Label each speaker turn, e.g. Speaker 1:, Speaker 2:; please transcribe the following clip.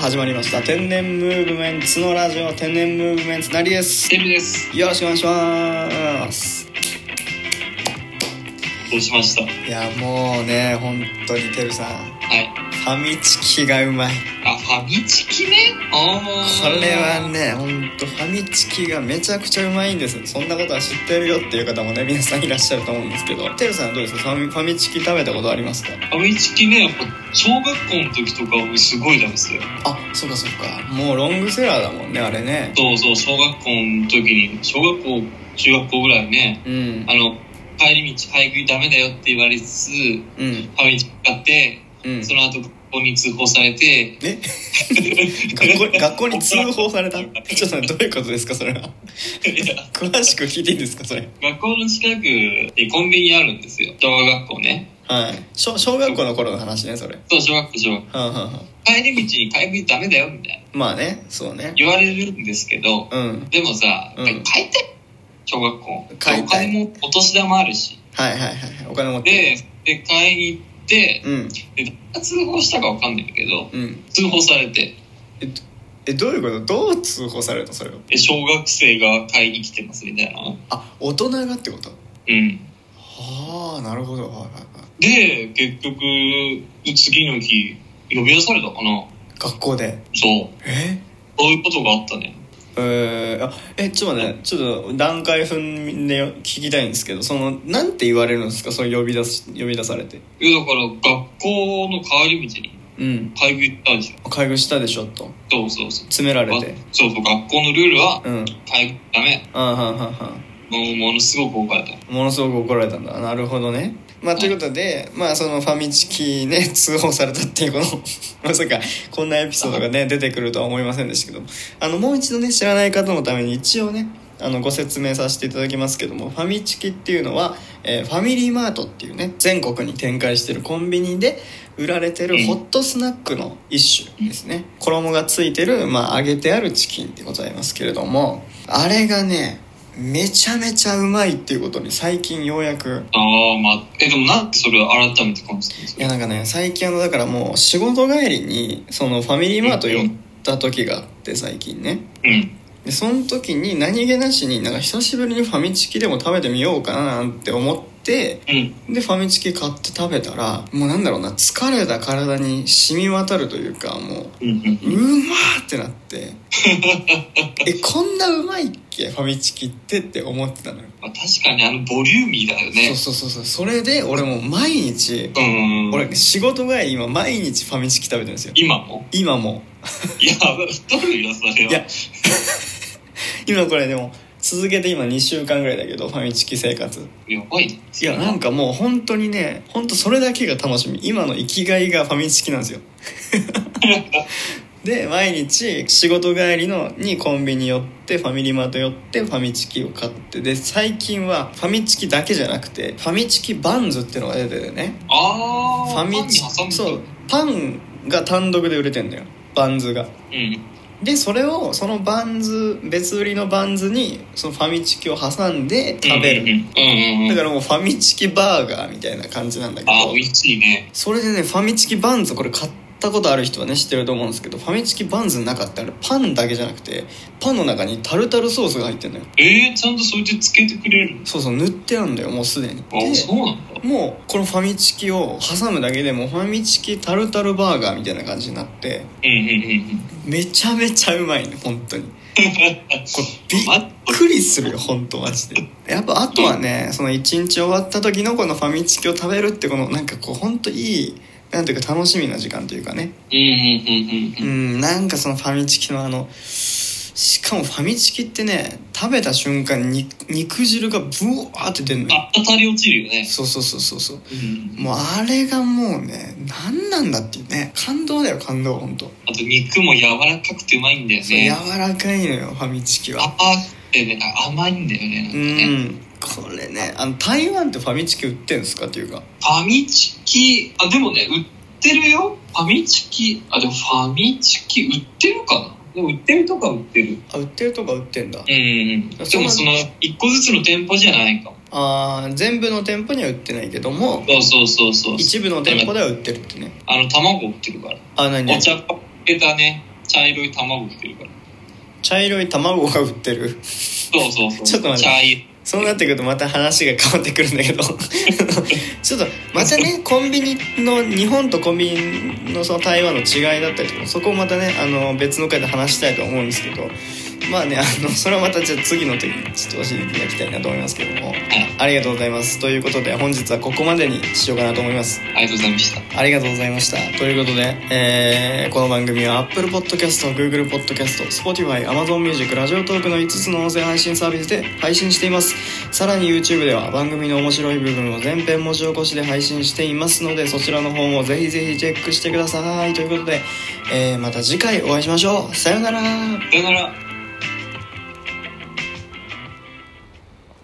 Speaker 1: 始まりました天然ムーブメンツのラジオ天然ムーブメンツなりです
Speaker 2: テルです。
Speaker 1: よろしくお願いします
Speaker 2: どうしました。
Speaker 1: いやもうね本当にてるさん
Speaker 2: はい。
Speaker 1: ファミチキがうまい
Speaker 2: あ、ファミチキね。ああ。
Speaker 1: これは。ね本当ファミチキがめちゃくちゃうまいんですそんなことは知ってるよっていう方もね皆さんいらっしゃると思うんですけどてるさんどうですかファミファミチキ食べたことありますか
Speaker 2: ファミチキね、やっぱ小学校の時とか俺すごいダメですよ。
Speaker 1: あそっかそっかもうロングセラーだもんねあれね
Speaker 2: そうそう、小学校の時に、小学校、中学校ぐらいね、
Speaker 1: うん
Speaker 2: あの、帰り道、早食いダメだよって言われつつ、フ
Speaker 1: うん
Speaker 2: ァミチキ買って、
Speaker 1: うん
Speaker 2: その後学校に通報されて、
Speaker 1: え学校学校に通報されたちょっと待ってどういうことですかそれは
Speaker 2: いや
Speaker 1: 詳しく聞いていいですかそれ
Speaker 2: 学校の近くでコンビニあるんですよ。小学校ね。
Speaker 1: はい小小学校の頃の話ねそれは
Speaker 2: そう、小学校、小学校。
Speaker 1: あ、はあはあ、
Speaker 2: 帰り道に買い食いダメだよ、みたいな。
Speaker 1: まあねそうね
Speaker 2: 言われるんですけど、
Speaker 1: うん
Speaker 2: でもさ、
Speaker 1: うん
Speaker 2: 買いたい小学校
Speaker 1: 買い
Speaker 2: お
Speaker 1: たい
Speaker 2: 金もお年玉あるし
Speaker 1: はいはいはいはいお金持って
Speaker 2: でで買いに行って
Speaker 1: るうん
Speaker 2: で誰が通報したかわかんないけど
Speaker 1: うん
Speaker 2: 通報されて
Speaker 1: えどういうことどう通報されたそれを
Speaker 2: え小学生が買いに来てますみたいな
Speaker 1: あ大人がってこと
Speaker 2: うん
Speaker 1: はあなるほどはいはいはい
Speaker 2: で結局次の日呼び出されたかな
Speaker 1: 学校で
Speaker 2: そう
Speaker 1: え
Speaker 2: そういうことがあったね
Speaker 1: えー、あえちょっとねちょっと段階踏んでよ聞きたいんですけどそのなんて言われるんですかその呼び出す呼び出されて
Speaker 2: いやだから学校の帰り道に
Speaker 1: うん
Speaker 2: 買い食い行ったんですよ
Speaker 1: 介護したでしょと
Speaker 2: そうそうそう
Speaker 1: 詰められ
Speaker 2: あ
Speaker 1: て
Speaker 2: そうそう学校のルールは
Speaker 1: うん
Speaker 2: 買い食いダメ
Speaker 1: あはんはんはん
Speaker 2: もうものすごく怒られた
Speaker 1: ものすごく怒られたんだなるほどねまあということでまあそのファミチキね 通報されたっていうこの まさかこんなエピソードがね出てくるとは思いませんでしたけどあのもう一度ね知らない方のために一応ねあのご説明させていただきますけどもファミチキっていうのは、えーファミリーマートっていうね全国に展開してるコンビニで売られてるホットスナックの一種ですね衣がついてる、まあ、揚げてあるチキンでございますけれどもあれがねめちゃめちゃうまいっていうことに最近ようやく
Speaker 2: ああ、まあ、え、でもなんでそれを改めて感じたんです
Speaker 1: い
Speaker 2: か
Speaker 1: やなんかね最近あのだからもう仕事帰りにそのファミリーマート寄った時があって最近ね
Speaker 2: うん。
Speaker 1: でその時に何気なしになんか久しぶりにファミチキでも食べてみようかななんて思って
Speaker 2: うん。
Speaker 1: でファミチキ買って食べたらもうなんだろうな疲れた体に染み渡るというかも
Speaker 2: うん。
Speaker 1: ううまーってなってえこんなうまいっけファミチキってって思ってたのよ、
Speaker 2: まあ、確かにあのボリューミーだよね。
Speaker 1: そうそうそうそうそれで俺もう毎日
Speaker 2: うん。
Speaker 1: 俺仕事帰り今毎日ファミチキ食べてるんですよ
Speaker 2: 今も
Speaker 1: 今も
Speaker 2: いや、太るよ、それは。
Speaker 1: いや今これでも続けて今2週間ぐらいだけどファミチキ生活
Speaker 2: やばいね。
Speaker 1: いやなんかもう本当にね本当それだけが楽しみ今の生きがいがファミチキなんですよで毎日仕事帰りのにコンビニ寄ってファミリーマート寄ってファミチキを買ってで最近はファミチキだけじゃなくてファミチキバンズってのが出ててね
Speaker 2: ああ、
Speaker 1: ファミチ
Speaker 2: パンに挟む
Speaker 1: キそうパンが単独で売れてんだよバンズが
Speaker 2: うん。
Speaker 1: でそれをそのバンズ別売りのバンズにそのファミチキを挟んで食べ
Speaker 2: うん
Speaker 1: る、
Speaker 2: うんうん。
Speaker 1: だからもうファミチキバーガーみたいな感じなんだけど
Speaker 2: ああ、美味しいね。
Speaker 1: それでねファミチキバンズこれ買ったことある人はね知ってると思うんですけどファミチキバンズの中ってあれパンだけじゃなくてパンの中にタルタルソースが入ってるのよ
Speaker 2: えー、ちゃんとそれでつけてくれるの
Speaker 1: そうそう塗ってあるんだよもうすでにで
Speaker 2: あそうなんだ。
Speaker 1: もうこのファミチキを挟むだけでもうファミチキタルタルバーガーみたいな感じになって
Speaker 2: うんうんうん
Speaker 1: めちゃめちゃうまいね本当にこれび
Speaker 2: うん。ま
Speaker 1: っくりするよ本当マジでやっぱあとはねその一日終わった時のこのファミチキを食べるってこのなんかこう本当いいなんていうか楽しみな時間というかね
Speaker 2: うんうんうん
Speaker 1: う
Speaker 2: うん。
Speaker 1: んなんかそのファミチキのあのしかもファミチキってね食べた瞬間に肉汁がブワーって出るのよ
Speaker 2: あったたり落ちるよね。
Speaker 1: そうそうそうそうそう
Speaker 2: うん。
Speaker 1: もうあれがもうね何なんだっていうね感動だよ感動本当
Speaker 2: あと肉も柔らかくてうまいんだよ
Speaker 1: そう
Speaker 2: ね。
Speaker 1: 柔らかいのよファミチキは
Speaker 2: ああってね、あ甘いんだよね。なん
Speaker 1: う
Speaker 2: か
Speaker 1: ん
Speaker 2: ね。
Speaker 1: これねあの台湾ってファミチキ売ってんですかっていうか
Speaker 2: ファミチキ、あ、でもね、売ってるよ。ファミチキ、あ、でもファミチキ売ってるかなでも売ってるとか売ってる。
Speaker 1: あ売ってるとか売ってんだ
Speaker 2: うんうんうん。でもその、一個ずつの店舗じゃないかも。
Speaker 1: あー全部の店舗には売ってないけども
Speaker 2: そうそうそうそう。
Speaker 1: 一部の店舗では売ってるってね
Speaker 2: あの、卵売ってるから。
Speaker 1: あ何
Speaker 2: お茶っ葉かけたね、茶色い卵売ってるから。
Speaker 1: 茶色い卵が売ってる
Speaker 2: そうそうそう。
Speaker 1: ちょっと待って
Speaker 2: 茶色。
Speaker 1: そうなってくるとまた話が変わってくるんだけど ちょっとまたねコンビニの日本とコンビニのその台湾の違いだったりとかそこをまたねあの別の回で話したいと思うんですけどまあねあのそれはまたじゃあ次の時にちょっと教えていただきたいなと思いますけどもありがとうございますということで本日はここまでにしようかなと思います
Speaker 2: ありがとうございました。
Speaker 1: ありがとうございました。ということで、えーこの番組は Apple Podcast、Google Podcast、Spotify、Amazon Music、ラジオトークの5つの音声配信サービスで配信しています。さらに YouTube では番組の面白い部分を全編文字起こしで配信していますので、そちらの方もぜひぜひチェックしてください。ということで、えーまた次回お会いしましょう。さようなら。
Speaker 2: さよなら。